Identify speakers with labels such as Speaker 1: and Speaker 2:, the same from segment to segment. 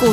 Speaker 1: 股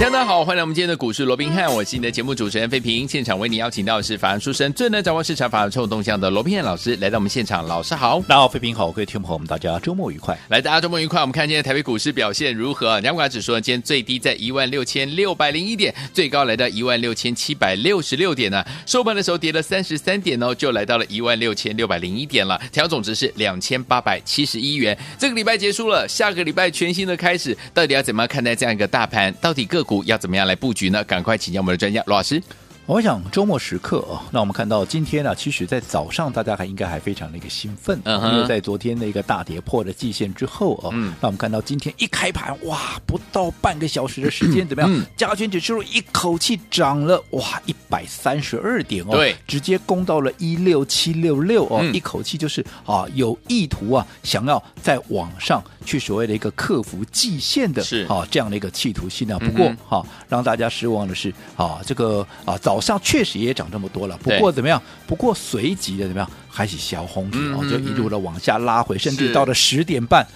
Speaker 2: 大家好，欢迎来我们今天的股市罗宾汉，我是你的节目主持人费平。现场为你邀请到的是法案出身、最能掌握市场法案臭动向的罗宾汉老师来到我们现场，老师好。
Speaker 3: 大家好，飞平好，各位听众朋友们，大家周末愉快。
Speaker 2: 来，大家周末愉快。我们看今天台北股市表现如何？两股指数呢，今天最低在一万六千六百零一点，最高来到一万六千七百六十六点呢、收盘的时候跌了三十三点哦，就来到了一万六千六百零一点了。成交总值是两千八百七十一元。这个礼拜结束了，下个礼拜全新的开始，到底要怎么样看待这样一个大盘？到底个股要怎么样来布局呢？赶快请教我们的专家罗老师。
Speaker 3: 我想周末时刻啊，那我们看到今天呢、其实，在早上大家还应该还非常的一个兴奋，
Speaker 2: 嗯哼
Speaker 3: 因为在昨天的一个大跌破了季线之后哦，
Speaker 2: 嗯
Speaker 3: 那我们看到今天一开盘哇，不到半个小时的时间，怎么样？
Speaker 2: 嗯
Speaker 3: 加权指数一口气涨了哇一百三十二点哦，
Speaker 2: 对
Speaker 3: 直接攻到了一六七六六哦，
Speaker 2: 嗯
Speaker 3: 一口气就是啊有意图啊想要在往上去所谓的一个克服季线的
Speaker 2: 是
Speaker 3: 啊这样的一个企图心啊，不过
Speaker 2: 嗯
Speaker 3: 哈、让大家失望的是啊，这个啊早上确实也涨这么多了，不
Speaker 2: 对
Speaker 3: 过怎么样？不过随即的怎么样？还是小红体
Speaker 2: 嗯
Speaker 3: 哦
Speaker 2: 嗯，
Speaker 3: 就一路的往下拉回，甚
Speaker 2: 是
Speaker 3: 至到了十点半。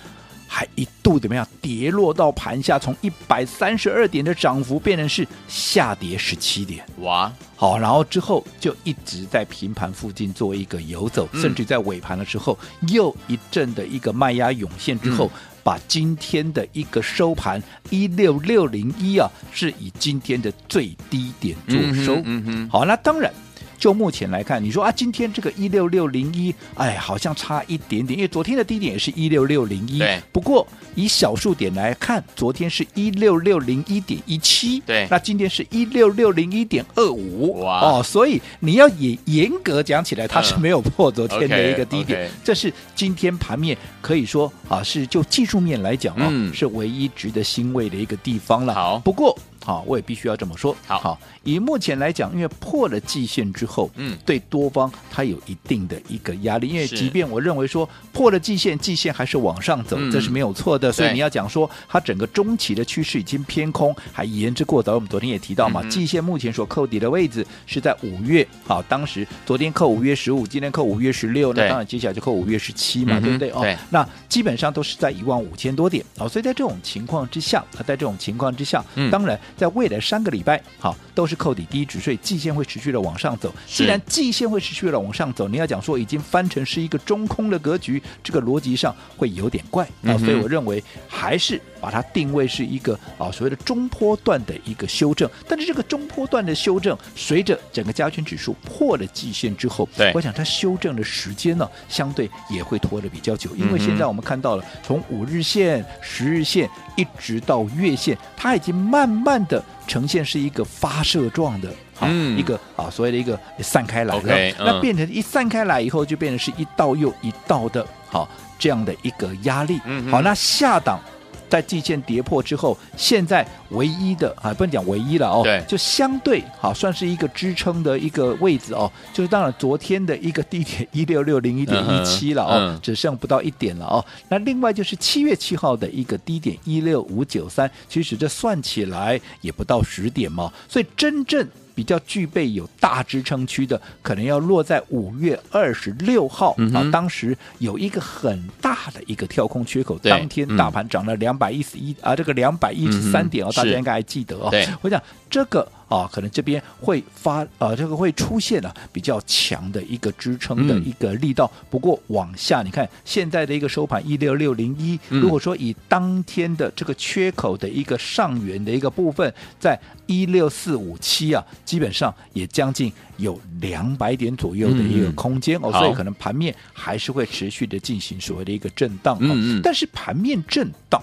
Speaker 3: 还一度怎么样跌落到盘下，从一百三十二点的涨幅变成是下跌十七点，
Speaker 2: 哇，
Speaker 3: 好，然后之后就一直在平盘附近做一个游走，
Speaker 2: 嗯
Speaker 3: 甚至在尾盘的时候又一阵的一个卖压涌现之后。
Speaker 2: 嗯
Speaker 3: 把今天的一个收盘一六六零一啊，是以今天的最低点做收。
Speaker 2: 嗯哼，
Speaker 3: 好，那当然，就目前来看，你说啊，今天这个一六六零一，哎，好像差一点点，因为昨天的低点也是一六六零一
Speaker 2: 对，
Speaker 3: 不过以小数点来看，昨天是一六六零一点一七，
Speaker 2: 对
Speaker 3: 那今天是一六六零一点二五，
Speaker 2: 哇
Speaker 3: 哦，所以你要也严格讲起来，它是
Speaker 2: 嗯
Speaker 3: 没有破昨天的
Speaker 2: OK，
Speaker 3: 一个低点，
Speaker 2: OK
Speaker 3: 这是今天盘面可以说啊，是就技术面来讲啊、
Speaker 2: 嗯
Speaker 3: 是唯一值得欣慰的一个地方了。
Speaker 2: 好
Speaker 3: 不过好、我也必须要这么说，
Speaker 2: 好
Speaker 3: 以目前来讲，因为破了季线之后，
Speaker 2: 嗯
Speaker 3: 对多方它有一定的一个压力，因为
Speaker 2: 是
Speaker 3: 即便我认为说破了季线，季线还是往上走，
Speaker 2: 嗯
Speaker 3: 这是没有错的，所以
Speaker 2: 对
Speaker 3: 你要讲说它整个中期的趋势已经偏空，还言之过早。我们昨天也提到
Speaker 2: 嗯
Speaker 3: 嘛，
Speaker 2: 哼
Speaker 3: 季线目前所扣底的位置是在五月，好，当时昨天扣五月十五，今天扣五月十六，
Speaker 2: 对
Speaker 3: 那当然接下来就扣五月十七嘛，
Speaker 2: 嗯哼
Speaker 3: 对不对？哦
Speaker 2: 对，
Speaker 3: 那基本上都是在一万五千多点哦，所以在这种情况之下，啊，在这种情况之下，
Speaker 2: 嗯
Speaker 3: 当然在未来三个礼拜，好，都是扣底低值，所以季线会持续的往上走。
Speaker 2: 是
Speaker 3: 既然季线会持续的往上走，你要讲说已经翻成是一个中空的格局，这个逻辑上会有点怪啊，
Speaker 2: 嗯哼
Speaker 3: 所以我认为还是把它定位是一个啊所谓的中波段的一个修正。但是这个中波段的修正，随着整个加权指数破了季线之后，
Speaker 2: 对
Speaker 3: 我想它修正的时间呢，相对也会拖得比较久，因为
Speaker 2: 嗯哼
Speaker 3: 现在我们看到了，从五日线、十日线一直到月线，它已经慢慢的呈现是一个发射状的。啊
Speaker 2: 嗯
Speaker 3: 一个啊，所谓的一个散开来
Speaker 2: OK，
Speaker 3: 那
Speaker 2: 嗯
Speaker 3: 变成一散开来以后，就变成是一道又一道的，好、这样的一个压力。
Speaker 2: 嗯哼
Speaker 3: 好，那下档在季线跌破之后，现在唯一的啊，不能讲唯一了哦，
Speaker 2: 对
Speaker 3: 就相对好算是一个支撑的一个位置哦，就是当然昨天的一个低点一六六零一点一七了哦，
Speaker 2: 嗯哼
Speaker 3: 只剩不到一点了哦。那另外就是七月七号的一个低点一六五九三，其实这算起来也不到十点嘛，所以真正。比较具备有大支撑区的，可能要落在五月二十六号、
Speaker 2: 嗯
Speaker 3: 啊
Speaker 2: 哼，
Speaker 3: 当时有一个很大的一个跳空缺口，
Speaker 2: 对
Speaker 3: 当天
Speaker 2: 嗯
Speaker 3: 大盘涨了两百一十一啊，这个两百一十三点哦
Speaker 2: 嗯，哼
Speaker 3: 大
Speaker 2: 是
Speaker 3: 家应该还记得哦。
Speaker 2: 对
Speaker 3: 我想这个啊，可能这边会发啊，这个会出现啊比较强的一个支撑的
Speaker 2: 嗯
Speaker 3: 一个力道。不过往下，你看现在的一个收盘一六六零一，
Speaker 2: 嗯
Speaker 3: 如果说以当天的这个缺口的一个上缘的一个部分，在一六四五七啊，基本上也将近有两百点左右的一个
Speaker 2: 嗯
Speaker 3: 空间哦，
Speaker 2: 好
Speaker 3: 所以可能盘面还是会持续的进行所谓的一个震荡哦。
Speaker 2: 嗯嗯
Speaker 3: 但是盘面震荡。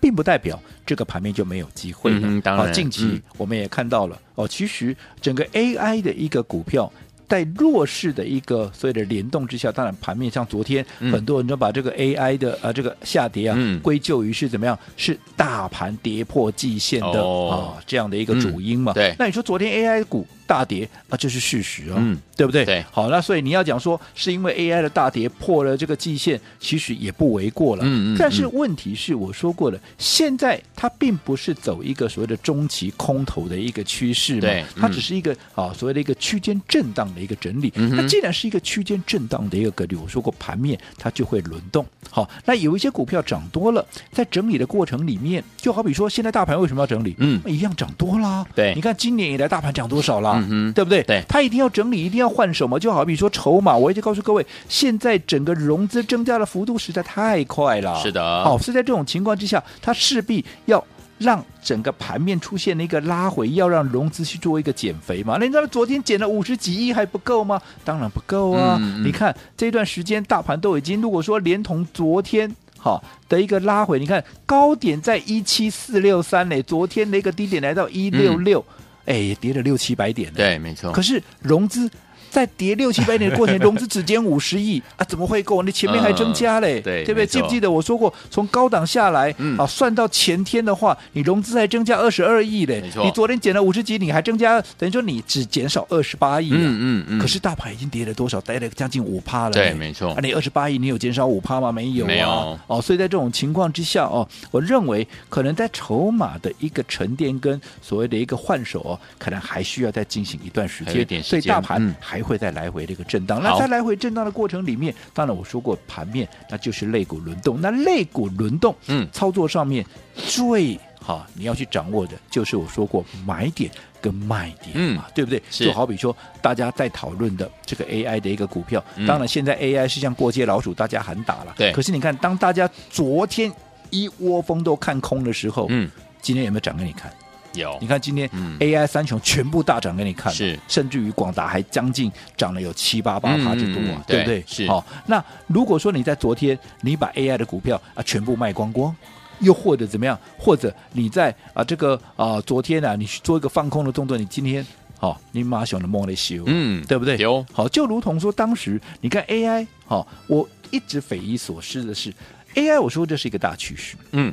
Speaker 3: 并不代表这个盘面就没有机会了。哦
Speaker 2: 嗯哼当然
Speaker 3: 好近期
Speaker 2: 嗯
Speaker 3: 我们也看到了、哦，其实整个 AI 的一个股票在弱势的一个所谓的联动之下，当然盘面像昨天、
Speaker 2: 嗯
Speaker 3: 很多人都把这个 AI 的啊这个下跌啊、
Speaker 2: 嗯
Speaker 3: 归咎于是怎么样？是大盘跌破季线的、
Speaker 2: 哦
Speaker 3: 啊这样的一个主因嘛。
Speaker 2: 嗯对
Speaker 3: 那你说昨天 AI 股大跌啊，这是事实哦，
Speaker 2: 嗯
Speaker 3: 对不对？
Speaker 2: 对
Speaker 3: 好，那所以你要讲说是因为 AI 的大跌破了这个季线，其实也不为过了。
Speaker 2: 嗯嗯
Speaker 3: 但是
Speaker 2: 嗯
Speaker 3: 问题是我说过了，现在它并不是走一个所谓的中期空头的一个趋势嘛
Speaker 2: 对，
Speaker 3: 它
Speaker 2: 嗯
Speaker 3: 只是一个啊所谓的一个区间震荡的一个整理。
Speaker 2: 嗯哼
Speaker 3: 那既然是一个区间震荡的一个格局，我说过盘面它就会轮动。好，那有一些股票涨多了，在整理的过程里面，就好比说现在大盘为什么要整理？
Speaker 2: 嗯
Speaker 3: 一样涨多啦。
Speaker 2: 对
Speaker 3: 你看今年以来大盘涨多少啦？
Speaker 2: 嗯哼
Speaker 3: 对不对？
Speaker 2: 对
Speaker 3: 它一定要整理，一定要换手嘛。就好比说筹码，我一直告诉各位，现在整个融资增加的幅度实在太快了。
Speaker 2: 是的
Speaker 3: 好，所以在这种情况之下，它势必要。让整个盘面出现了一个拉回，要让融资去做一个减肥嘛？那你知道昨天减了五十几亿还不够吗？当然不够啊！
Speaker 2: 嗯嗯
Speaker 3: 你看这段时间大盘都已经，如果说连同昨天好的一个拉回，你看高点在一七四六三嘞，昨天的一个低点来到一六六，
Speaker 2: 嗯
Speaker 3: 哎，也跌了六七百点呢。
Speaker 2: 对，没错
Speaker 3: 可。是融资在跌六七百点的过程，融资只减五十 亿啊，怎么会够？你前面还增加嘞，
Speaker 2: 嗯对
Speaker 3: 不
Speaker 2: 没
Speaker 3: 对？
Speaker 2: 错
Speaker 3: 记不记得我说过，从高档下来、
Speaker 2: 嗯
Speaker 3: 啊，算到前天的话，你融资还增加二十二亿嘞
Speaker 2: 没错。
Speaker 3: 你昨天减了五十几，你还增加，等于说你只减少二十八亿、啊。
Speaker 2: 嗯嗯嗯，
Speaker 3: 可是大盘已经跌了多少？跌了将近五趴了呢。
Speaker 2: 对，没错
Speaker 3: 啊，。你二十八亿，你有减少五趴吗？没有啊。
Speaker 2: 没有
Speaker 3: 哦，所以在这种情况之下哦，我认为可能在筹码的一个沉淀跟所谓的一个换手哦，可能还需要再进行一段时
Speaker 2: 还有一
Speaker 3: 间，
Speaker 2: 点时
Speaker 3: 所以大
Speaker 2: 间
Speaker 3: 盘
Speaker 2: 嗯
Speaker 3: 还会再来回的一个震荡。
Speaker 2: 好
Speaker 3: 那在来回震荡的过程里面，当然我说过盘面那就是肋骨轮动，那肋骨轮动，
Speaker 2: 嗯
Speaker 3: 操作上面最好你要去掌握的就是我说过买点跟卖点嘛，对不对？
Speaker 2: 嗯是
Speaker 3: 就好比说大家在讨论的这个 AI 的一个股票，
Speaker 2: 嗯
Speaker 3: 当然现在 AI 是像过街老鼠，大家喊打了。
Speaker 2: 对
Speaker 3: 可是你看，当大家昨天一窝蜂都看空的时候，
Speaker 2: 嗯，
Speaker 3: 今天有没有涨给你看？
Speaker 2: 有
Speaker 3: 你。看今天
Speaker 2: 嗯
Speaker 3: AI 三雄全部大涨给你看，
Speaker 2: 是
Speaker 3: 甚至于广达还将近涨了有七八八趴之多
Speaker 2: 嗯嗯
Speaker 3: 啊
Speaker 2: 嗯，
Speaker 3: 对不
Speaker 2: 对
Speaker 3: 对？
Speaker 2: 是
Speaker 3: 好、那如果说你在昨天你把 AI 的股票啊全部卖光光。又或者怎么样？或者你在啊这个啊昨天啊你去做一个放空的动作，你今天好、你马上的摸了修，
Speaker 2: 嗯
Speaker 3: 对不对？
Speaker 2: 有
Speaker 3: 好，就如同说当时你看 AI，好、我一直匪夷所思的是 AI，我说这是一个大趋势，
Speaker 2: 嗯，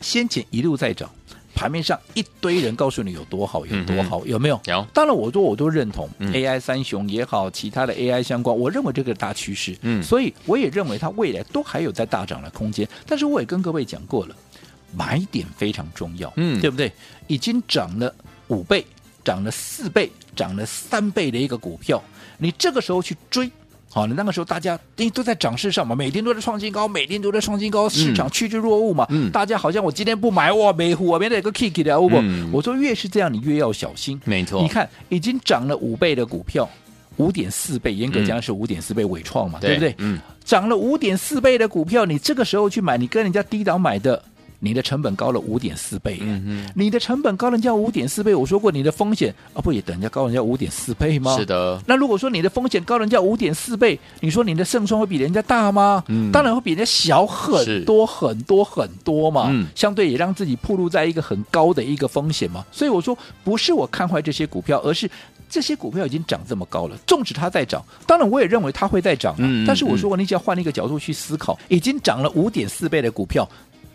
Speaker 3: 先前一路在涨，盘面上一堆人告诉你有多好，有
Speaker 2: 嗯
Speaker 3: 多好，有没有？
Speaker 2: 有
Speaker 3: 当然，我说我都认同、
Speaker 2: 嗯
Speaker 3: AI 三雄也好，其他的 AI 相关，我认为这个大趋势，
Speaker 2: 嗯
Speaker 3: 所以我也认为它未来都还有在大涨的空间。但是我也跟各位讲过了，买点非常重要，
Speaker 2: 嗯
Speaker 3: 对不对？已经涨了五倍，涨了四倍，涨了三倍的一个股票，你这个时候去追。好，你那个时候大家因为都在涨势上嘛，每天都在创新高，每天都在创新高，市场趋之若鹜嘛。
Speaker 2: 嗯
Speaker 3: 大家好像我今天不买，我没虎，我没得个 kick 的，我不、
Speaker 2: 嗯
Speaker 3: 我说越是这样，你越要小心。
Speaker 2: 没错。
Speaker 3: 你，看，已经涨了五倍的股票，五点四倍，严格讲是五点四倍伟创嘛，对不对？
Speaker 2: 嗯，
Speaker 3: 涨了五点四倍的股票，你这个时候去买，你跟人家低档买的，你的成本高了五点四倍。
Speaker 2: 嗯哼
Speaker 3: 你的成本高人家五点四倍，我说过你的风险啊，不也等人家高人家五点四倍吗？
Speaker 2: 是的，
Speaker 3: 那如果说你的风险高人家五点四倍，你说你的胜算会比人家大吗？
Speaker 2: 嗯
Speaker 3: 当然会比人家小很多很多很多嘛。
Speaker 2: 嗯
Speaker 3: 相对也让自己暴露在一个很高的一个风险嘛。所以我说，不是我看坏这些股票，而是。这些股票已经涨这么高了，纵使它在涨，当然我也认为它会在涨、啊。
Speaker 2: 嗯嗯
Speaker 3: 但是我说过，你只要换一个角度去思考，已经涨了五点四倍的股票，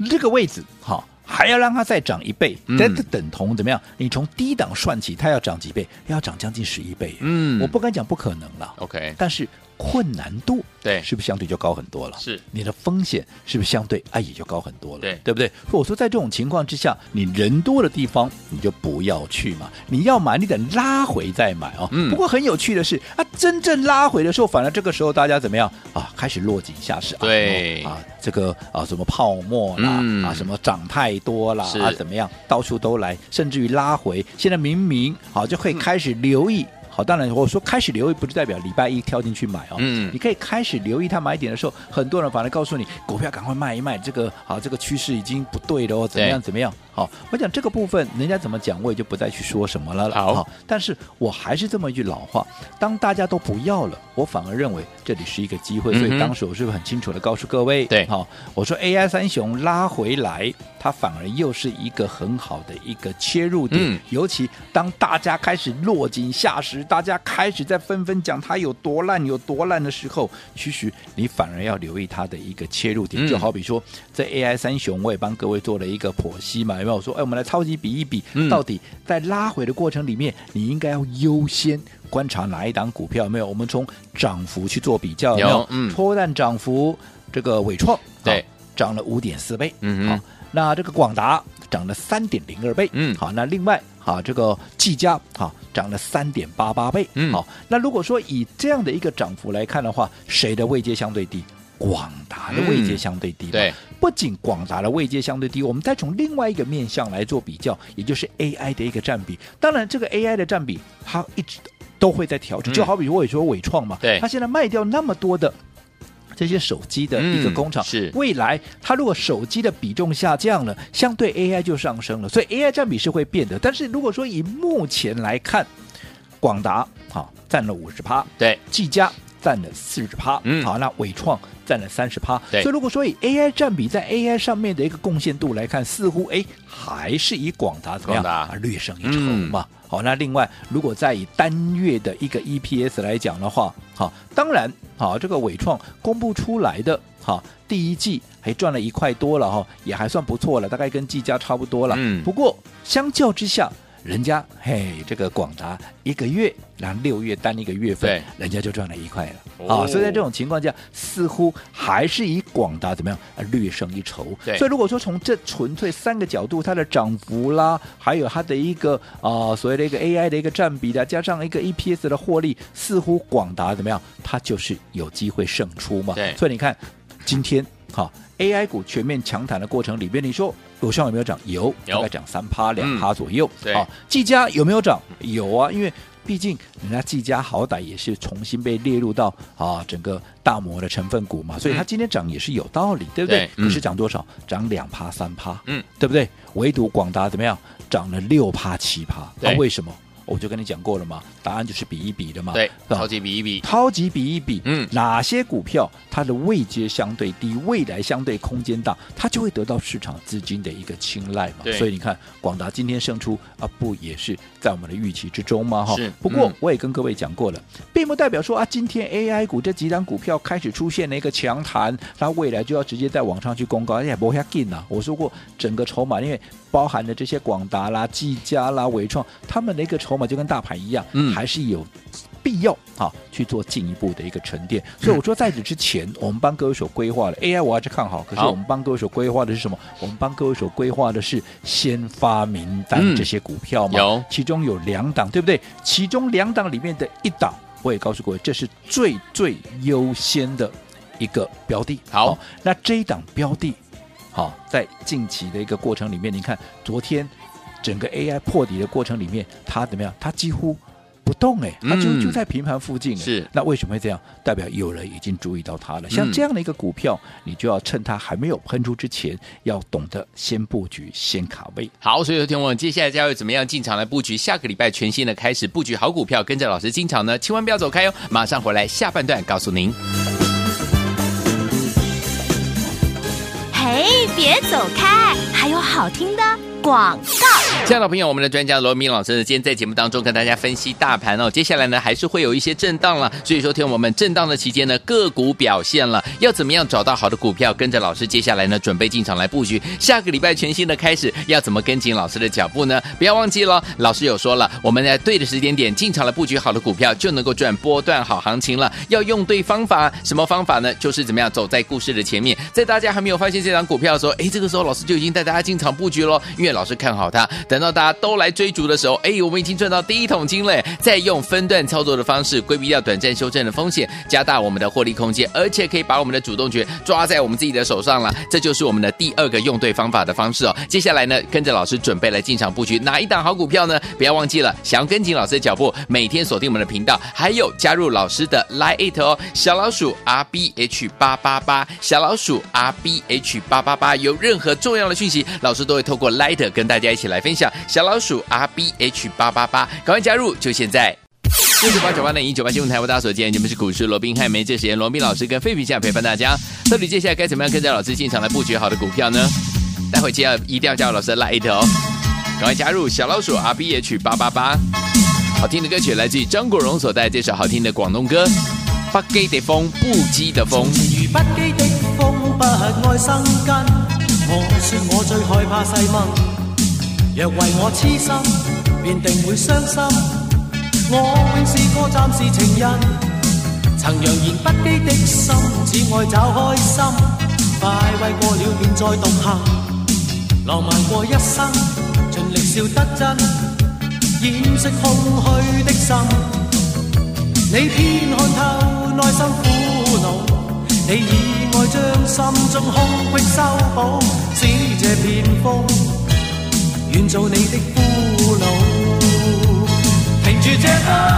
Speaker 3: 这个位置好、还要让它再涨一倍，
Speaker 2: 嗯
Speaker 3: 这、等同怎么样？你从低档算起，它要涨几倍？要涨将近十一倍耶。
Speaker 2: 嗯
Speaker 3: 我不敢讲不可能了，
Speaker 2: OK，
Speaker 3: 但是困难度
Speaker 2: 对
Speaker 3: 是不啊是相对就高很多了？
Speaker 2: 是
Speaker 3: 你的风险是不是相对哎也就高很多了？
Speaker 2: 对
Speaker 3: 对不对？所以我说在这种情况之下，你人多的地方你就不要去嘛，你要买你得拉回再买哦。
Speaker 2: 嗯
Speaker 3: 不过很有趣的是啊，真正拉回的时候，反而这个时候大家怎么样啊？开始落井下石啊，
Speaker 2: 对
Speaker 3: 啊，这个啊什么泡沫啦、
Speaker 2: 嗯
Speaker 3: 啊什么涨太多啦
Speaker 2: 是
Speaker 3: 啊怎么样，到处都来，甚至于拉回。现在明明好、就可
Speaker 2: 嗯
Speaker 3: 以开始留意。好，当然我说开始留意，不是代表礼拜一跳进去买哦，
Speaker 2: 嗯
Speaker 3: 你可以开始留意它买点的时候，很多人反而告诉你股票赶快卖一卖，这个好，这个趋势已经不对了哦，怎么样
Speaker 2: 对
Speaker 3: 怎么样？好，我讲这个部分，人家怎么讲我也就不再去说什么了啦。
Speaker 2: 好
Speaker 3: 但是我还是这么一句老话，当大家都不要了，我反而认为这里是一个机会，所
Speaker 2: 嗯哼
Speaker 3: 以当时我是不是很清楚的告诉各位，
Speaker 2: 对
Speaker 3: 好、我说 AI 三雄拉回来，它反而又是一个很好的一个切入点，
Speaker 2: 嗯
Speaker 3: 尤其当大家开始落井下石，时，大家开始在纷纷讲它有多烂、有多烂的时候，其实你反而要留意它的一个切入
Speaker 2: 嗯
Speaker 3: 点。就好比说，在 AI 三雄，我也帮各位做了一个剖析嘛，有没有说？哎，我们来超级比一比，
Speaker 2: 嗯
Speaker 3: 到底在拉回的过程里面，你应该要优先。观察哪一档股票有没有？我们从涨幅去做比较，有没
Speaker 2: 有
Speaker 3: 有？
Speaker 2: 嗯
Speaker 3: 脱蛋涨幅，这个伟创
Speaker 2: 对
Speaker 3: 好涨了五点四倍，
Speaker 2: 嗯哼
Speaker 3: 好，那这个广达涨了三点零二倍，
Speaker 2: 嗯
Speaker 3: 好，那另外好这个技嘉好涨了三点八八倍，
Speaker 2: 嗯
Speaker 3: 好，那如果说以这样的一个涨幅来看的话，谁的位阶相对低？广达的位阶相对低、嘛
Speaker 2: 嗯对，
Speaker 3: 不仅广达的位阶相对低，我们再从另外一个面向来做比较，也就是 AI 的一个占比。当然，这个 AI 的占比它一直都会在调
Speaker 2: 嗯
Speaker 3: 整，就好比我也说伟创嘛，
Speaker 2: 对
Speaker 3: 它现在卖掉那么多的这些手机的一个
Speaker 2: 嗯
Speaker 3: 工厂，
Speaker 2: 是
Speaker 3: 未来它如果手机的比重下降了，相对 AI 就上升了，所以 AI 占比是会变的。但是如果说以目前来看，广达好占了五十趴，
Speaker 2: 对，
Speaker 3: 技嘉占了四十趴，
Speaker 2: 嗯
Speaker 3: 好，那伟创占了三十趴，
Speaker 2: 对
Speaker 3: 所以如果说以 AI 占比在 AI 上面的一个贡献度来看，似乎哎还是以广达怎么样
Speaker 2: 广达
Speaker 3: 啊略胜一筹
Speaker 2: 嗯
Speaker 3: 嘛。好，那另外如果再以单月的一个 EPS 来讲的话，好，当然好这个伟创公布出来的好第一季还赚了一块多了哈，也还算不错了，大概跟技嘉差不多了。
Speaker 2: 嗯
Speaker 3: 不过相较之下。人家嘿，这个广达一个月，然后六月单一个月份
Speaker 2: 对，
Speaker 3: 人家就赚了一块了。
Speaker 2: 哦
Speaker 3: 啊，所以在这种情况下，似乎还是以广达怎么样呃略胜一筹
Speaker 2: 对。
Speaker 3: 所以如果说从这纯粹三个角度，它的涨幅啦，还有它的一个啊、所谓的一个 AI 的一个占比啊的，加上一个 EPS 的获利，似乎广达怎么样，它就是有机会胜出嘛。
Speaker 2: 对
Speaker 3: 所以你看今天好。AI 股全面强弹的过程里面，你说友商有没有涨？有，
Speaker 2: 有嗯
Speaker 3: 大概涨三趴两趴左右。
Speaker 2: 对
Speaker 3: 啊，技嘉有没有涨？有啊，因为毕竟人家技嘉好歹也是重新被列入到啊整个大摩的成分股嘛，所以它今天涨也是有道理，对不对
Speaker 2: 嗯对？嗯
Speaker 3: 可是涨多少？涨两趴三趴，
Speaker 2: 嗯，
Speaker 3: 对不对？唯独广达怎么样？涨了六趴七趴，那、
Speaker 2: 对
Speaker 3: 为什么？我就跟你讲过了嘛，答案就是比一比的嘛，
Speaker 2: 对
Speaker 3: 啊是，吧
Speaker 2: 超级比一比，
Speaker 3: 超级比一比，
Speaker 2: 嗯
Speaker 3: 哪些股票它的位阶相对低，未来相对空间大，它就会得到市场资金的一个青睐嘛
Speaker 2: 对。
Speaker 3: 所以你看，广达今天胜出啊，不也是在我们的预期之中吗？哈
Speaker 2: 是，
Speaker 3: 不过
Speaker 2: 嗯
Speaker 3: 我也跟各位讲过了，并不代表说啊，今天 AI 股这几档股票开始出现了一个强弹，它未来就要直接在往上去攻高，而哎且不要进呐。啊我说过，整个筹码因为包含的这些广达啦、技嘉啦、伟创，他们的一个筹码就跟大盘一样，
Speaker 2: 嗯
Speaker 3: 还是有必要啊去做进一步的一个 沉淀。所以我说，在此之前，我们帮各位所规划的 AI 我还是看好，可是
Speaker 2: 好
Speaker 3: 我们帮各位所规划的是什么？我们帮各位所规划的是先发名单
Speaker 2: 嗯
Speaker 3: 这些股票嘛，
Speaker 2: 有
Speaker 3: 其中有两档，对不对？其中两档里面的一档，我也告诉过，这是最最优先的一个标的。
Speaker 2: 好
Speaker 3: 那这一档标的，好、在近期的一个过程里面，你看昨天整个 AI 破底的过程里面，它怎么样？它几乎不动哎、它就、
Speaker 2: 嗯
Speaker 3: 就在平盘附近哎、
Speaker 2: 是
Speaker 3: 那为什么会这样？代表有人已经注意到它了。像
Speaker 2: 嗯
Speaker 3: 这样的一个股票，你就要趁它还没有喷出之前，要懂得先布局、先卡位。
Speaker 2: 好，所以有听我接下来将会怎么样进场来布局？下个礼拜全新的开始布局好股票，跟着老师进场呢，千万不要走开哦，马上回来下半段告诉您。
Speaker 1: 嘿，别走开，还有好听的广告。
Speaker 2: 亲爱的朋友我们的专家罗明老师呢，今天在节目当中跟大家分析大盘哦，接下来呢还是会有一些震荡了，所以说听我们震荡的期间呢，个股表现了，要怎么样找到好的股票，跟着老师接下来呢准备进场来布局，下个礼拜全新的开始，要怎么跟紧老师的脚步呢？不要忘记了，老师有说了，我们在对的时间点进场来布局好的股票，就能够赚波段好行情了，要用对方法，什么方法呢？就是怎么样走在故事的前面，在大家还没有发现这张股票的时候，哎，这个时候老师就已经带大家进场布局喽，因为老师看好它，等到大家都来追逐的时候，哎，我们已经赚到第一桶金了，再用分段操作的方式规避掉短暂修正的风险，加大我们的获利空间，而且可以把我们的主动权抓在我们自己的手上了，这就是我们的第二个用对方法的方式哦。接下来呢，跟着老师准备来进场布局哪一档好股票呢？不要忘记了，想要跟紧老师的脚步，每天锁定我们的频道，还有加入老师的 Line It 哦，小老鼠 R B H 八八八，小老鼠 R B H 八八八，有任何重要的讯息，老师都会透过 Light 跟大家一起来分享。小老鼠 R B H 八八八，赶快加入，就现在。六九八九八零一九八新闻台，为大家所见，你们是股市罗宾汉梅，这时间罗宾老师跟费皮下陪伴大家。到底接下来该怎么样跟着老师进场来布局好的股票呢？待会接要一定要叫老师来一头，赶快加入小老鼠 R B H 八八八。好听的歌曲来自于张国荣所带来这首好听的广东歌《北基的风，不羁的风》。
Speaker 4: 如不羁的風，不愛生根。我說我最害怕細蚊，若為我痴心，便定會傷心。我永是個暫時情人，曾揚言不羁的心，只愛找開心。快慰過了便再獨行，浪漫過一生，盡力笑得真，掩飾空虛的心。你偏看透內心苦惱，你以愛將心中空隙修補，使這片風遠做你的俘虜。停住這風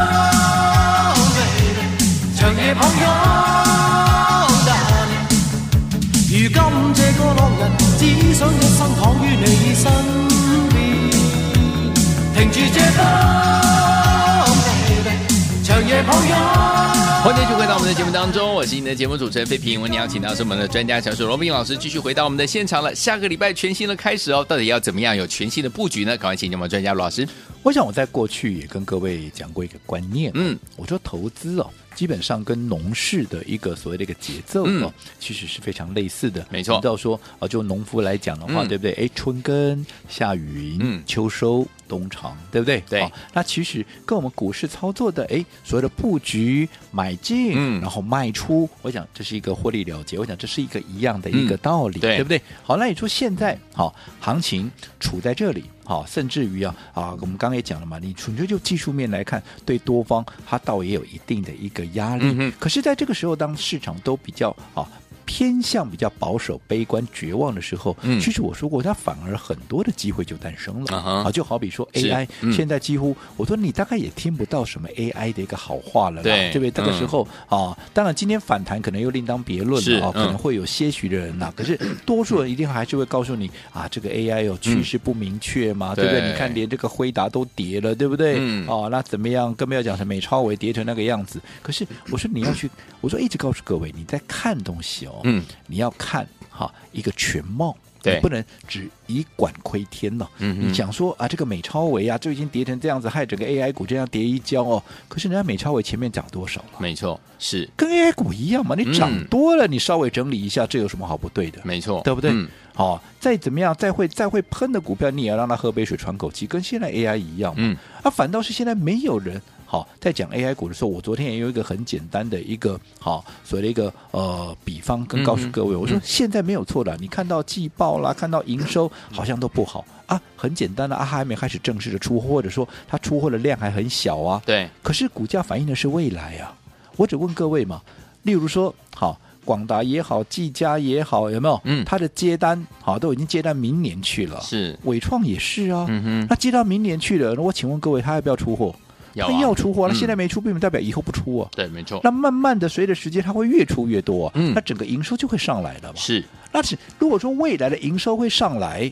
Speaker 4: ，baby，長夜抱擁但如今這個落日，只想一生躺於你身邊。停住這風，baby，長夜抱擁。
Speaker 2: 欢迎继续回到我们的节目当中，我是你的节目主持人费平。我们邀请到是我们的专家小鼠罗宾老师，继续回到我们的现场了。下个礼拜全新的开始哦，到底要怎么样有全新的布局呢？赶快请教我们专家罗老师。
Speaker 3: 我想我在过去也跟各位讲过一个观念，
Speaker 2: 嗯，
Speaker 3: 我说投资哦，基本上跟农事的一个所谓的一个节奏哦，
Speaker 2: 嗯
Speaker 3: 其实是非常类似的，
Speaker 2: 没错
Speaker 3: 我们知道说啊，就农夫来讲的话，
Speaker 2: 嗯
Speaker 3: 对不对？哎，春耕、夏耘、
Speaker 2: 嗯
Speaker 3: 秋收、冬藏，对不对？
Speaker 2: 对
Speaker 3: 好那其实跟我们股市操作的哎，所谓的布局、买进，
Speaker 2: 嗯
Speaker 3: 然后卖出，我想这是一个获利了结，我想这是一个一样的一个
Speaker 2: 嗯
Speaker 3: 道理，
Speaker 2: 对
Speaker 3: 不对？好，那你说现在好行情处在这里，好，甚至于啊啊，我们刚刚也讲了嘛，你纯粹就技术面来看，对多方它倒也有一定的一个压力。
Speaker 2: 嗯哼
Speaker 3: 可是，在这个时候，当市场都比较啊。偏向比较保守、悲观、绝望的时候，
Speaker 2: 嗯
Speaker 3: 其实我说过，它反而很多的机会就诞生了
Speaker 2: 啊哈
Speaker 3: 啊！就好比说
Speaker 2: 是
Speaker 3: AI，、
Speaker 2: 嗯
Speaker 3: 现在几乎我说你大概也听不到什么 AI 的一个好话了啦，
Speaker 2: 对
Speaker 3: 不对？这个时
Speaker 2: 嗯
Speaker 3: 候、啊，当然今天反弹可能又另当别论
Speaker 2: 是
Speaker 3: 了啊，可
Speaker 2: 嗯
Speaker 3: 能会有些许的人 呐、可是多数人一定还是会告诉你啊，这个 AI 有趋势不明确嘛，对不对？
Speaker 2: 嗯对
Speaker 3: 你看连这个辉达都跌了，对不对？
Speaker 2: 嗯
Speaker 3: 哦，那怎么样？更不要讲是美超伟跌成那个样子。可是我说你 要去，我说一直告诉各位，你在看东西哦，
Speaker 2: 嗯，
Speaker 3: 你要看哈一个全貌。
Speaker 2: 对
Speaker 3: 你不能只以管窥天呐、
Speaker 2: 嗯哼
Speaker 3: 你讲说啊，这个美超伟啊，就已经跌成这样子，害整个 AI 股这样跌一跤哦。可是人家美超伟前面涨多少了？
Speaker 2: 没错，是
Speaker 3: 跟 AI 股一样嘛，你涨
Speaker 2: 嗯
Speaker 3: 多了，你稍微整理一下，这有什么好不对的？
Speaker 2: 没错，
Speaker 3: 对不对
Speaker 2: 嗯？
Speaker 3: 好、再怎么样，再会再会喷的股票，你也要让它喝杯水、喘口气，跟现在 AI 一样嘛。
Speaker 2: 嗯
Speaker 3: 啊，反倒是现在没有人好在讲 AI 股的时候，我昨天也有一个很简单的一个好所谓的一个呃比方，跟告
Speaker 2: 嗯
Speaker 3: 诉各位，我说现在没有错的，你看到季报啦，看到营收好像都不好啊，很简单的啊，还没开始正式的出货，或者说它出货的量还很小啊，
Speaker 2: 对，
Speaker 3: 可是股价反映的是未来啊。我只问各位嘛，例如说，好，广达也好，技嘉也好，有没有？
Speaker 2: 嗯
Speaker 3: 它的接单好都已经接到明年去了，
Speaker 2: 是，
Speaker 3: 伟创也是啊。
Speaker 2: 嗯哼，
Speaker 3: 那接到明年去了，那我请问各位，它要不要出货？
Speaker 2: 要
Speaker 3: 它
Speaker 2: 啊
Speaker 3: 要出货，那
Speaker 2: 嗯
Speaker 3: 现在没出，并不代表以后不出啊。
Speaker 2: 对，没错，
Speaker 3: 那慢慢的，随着时间，它会越出越多啊、
Speaker 2: 嗯
Speaker 3: 那整个营收就会上来了嘛。
Speaker 2: 是
Speaker 3: 那是如果说未来的营收会上来，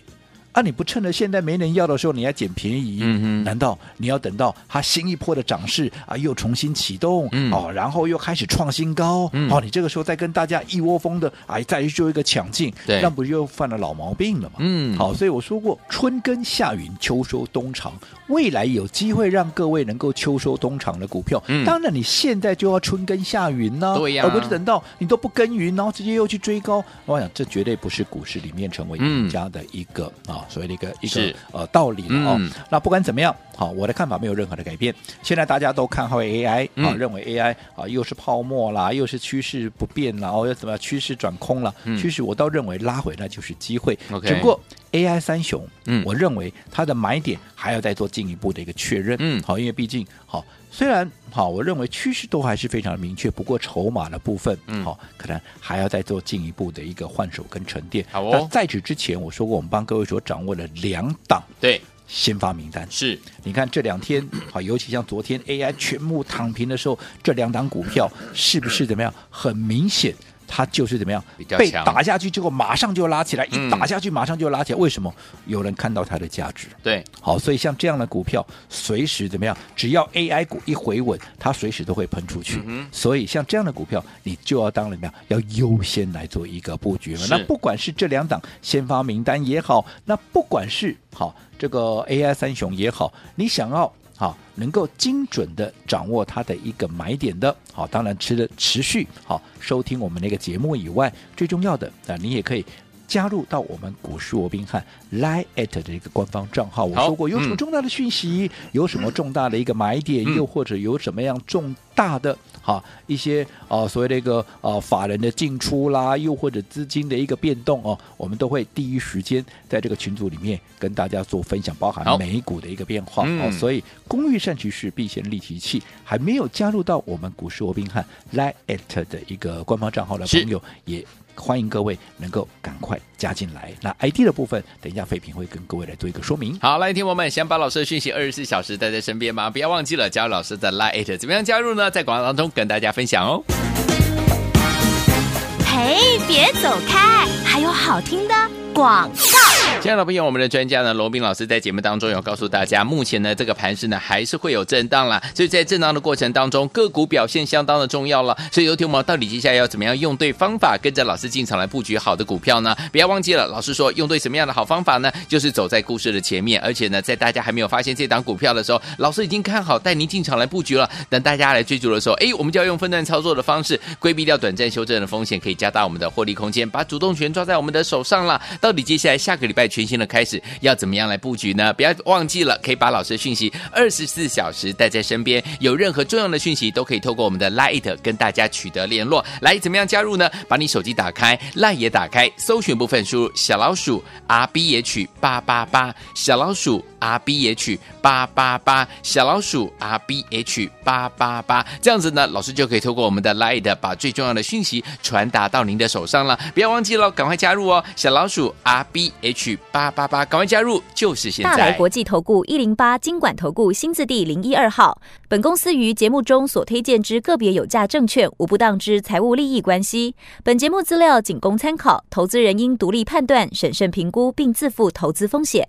Speaker 3: 啊，你不趁着现在没人要的时候你还捡便宜，
Speaker 2: 嗯哼
Speaker 3: 难道你要等到它新一波的涨势啊又重新启动，
Speaker 2: 嗯
Speaker 3: 哦，然后又开始创新高，
Speaker 2: 嗯
Speaker 3: 哦，你这个时候再跟大家一窝蜂的哎再去做一个抢进，
Speaker 2: 对
Speaker 3: 那不又犯了老毛病了吗？
Speaker 2: 嗯
Speaker 3: 好，所以我说过，春耕夏耘，秋收冬藏，未来有机会让各位能够秋收冬藏的股票，
Speaker 2: 嗯
Speaker 3: 当然你现在就要春耕夏耘呢、
Speaker 2: 对呀
Speaker 3: 而不是等到你都不耕耘，然后直接又去追高。我想这绝对不是股市里面成为赢家的一个、啊，所谓的一个一
Speaker 2: 嗯
Speaker 3: 个
Speaker 2: 是
Speaker 3: 呃道理了哦。
Speaker 2: 嗯
Speaker 3: 那不管怎么样，好，我的看法没有任何的改变。现在大家都看好 AI 啊，
Speaker 2: 嗯
Speaker 3: 认为 AI 啊又是泡沫啦，又是趋势不变啦，哦又怎么样趋势转空了？
Speaker 2: 嗯
Speaker 3: 趋势我倒认为拉回来就是机会，
Speaker 2: OK
Speaker 3: 只不过 AI 三雄，
Speaker 2: 嗯
Speaker 3: 我认为它的买点还要再做进一步的一个确认。
Speaker 2: 嗯
Speaker 3: 好，因为毕竟好，虽然好，我认为趋势都还是非常明确，不过筹码的部分，
Speaker 2: 嗯
Speaker 3: 好，可能还要再做进一步的一个换手跟沉淀。
Speaker 2: 好哦
Speaker 3: 那在此之前，我说过，我们帮各位所掌握了两档
Speaker 2: 对，
Speaker 3: 先发名单。
Speaker 2: 是
Speaker 3: 你看这两天， 好，尤其像昨天 AI 全部躺平的时候，这两档股票是不是怎么样？很明显，它就是怎么样
Speaker 2: 比较
Speaker 3: 被
Speaker 2: 强
Speaker 3: 打下去，结果马上就拉起来，
Speaker 2: 嗯
Speaker 3: 一打下去马上就拉起来。为什么？有人看到它的价值。
Speaker 2: 对，
Speaker 3: 好，所以像这样的股票，随时怎么样？只要 AI 股一回稳，它随时都会喷出
Speaker 2: 嗯
Speaker 3: 去。所以像这样的股票，你就要当然怎么样？要优先来做一个布局嘛
Speaker 2: 是。
Speaker 3: 那不管是这两档先发名单也好，那不管是好这个 AI 三雄也好，你想要。好，能够精准的掌握它的一个买点的，好，当然吃的持续好收听我们那个节目以外，最重要的啊，你也可以。加入到我们股市罗宾汉 Line at 的一个官方账号，我
Speaker 2: 好
Speaker 3: 说过有什么
Speaker 2: 嗯
Speaker 3: 重大的讯息，有什么重大的一个买点，
Speaker 2: 嗯
Speaker 3: 又或者有什么样重大的哈一些啊所谓的一个啊法人的进出啦，又或者资金的一个变动哦，我们都会第一时间在这个群组里面跟大家做分享，包含
Speaker 2: 好
Speaker 3: 美股的一个变化
Speaker 2: 嗯
Speaker 3: 哦，所以工欲善其事，必先利其器。还没有加入到我们股市罗宾汉 Line at 的一个官方账号的
Speaker 2: 是
Speaker 3: 朋友也。欢迎各位能够赶快加进来。那 ID 的部分，等一下费平会跟各位来做一个说明。
Speaker 2: 好，来，听我们想把老师的讯息二十四小时带在身边吗？不要忘记了加入老师的 Line，怎么样加入呢？在广告当中跟大家分享哦。
Speaker 1: 嘿，别走开，还有好听的广告。
Speaker 2: 亲爱的朋友，我们的专家呢，罗斌老师在节目当中有告诉大家，目前呢这个盘势呢还是会有震荡啦，所以在震荡的过程当中，个股表现相当的重要了。所以有听我们到底接下来要怎么样用对方法，跟着老师进场来布局好的股票呢？不要忘记了，老师说用对什么样的好方法呢？就是走在故事的前面，而且呢，在大家还没有发现这档股票的时候，老师已经看好带您进场来布局了。等大家来追逐的时候，哎，我们就要用分段操作的方式，规避掉短暂修正的风险，可以加大我们的获利空间，把主动权抓在我们的手上了。到底接下来下个礼拜全新的开始要怎么样来布局呢？不要忘记了，可以把老师的讯息二十四小时带在身边，有任何重要的讯息都可以透过我们的 Light 跟大家取得联络。来，怎么样加入呢？把你手机打开，Light 也打开，搜寻部分输入小老鼠 R B H 八八八，小老鼠 R B H 八八八，小老鼠 R B H 八八八，这样子呢，老师就可以透过我们的 Light 把最重要的讯息传达到您的手上了。不要忘记了，赶快加入哦，小老鼠 R B H 八八八，赶快加入，就是现
Speaker 5: 大来
Speaker 2: 在。
Speaker 5: 国际投顾一零八金管投顾新字第零一二号。本公司于节目中所推荐之个别有价证券，无不当之财务利益关系。本节目资料仅供参考，投资人应独立判断、审慎评估，并自负投资风险。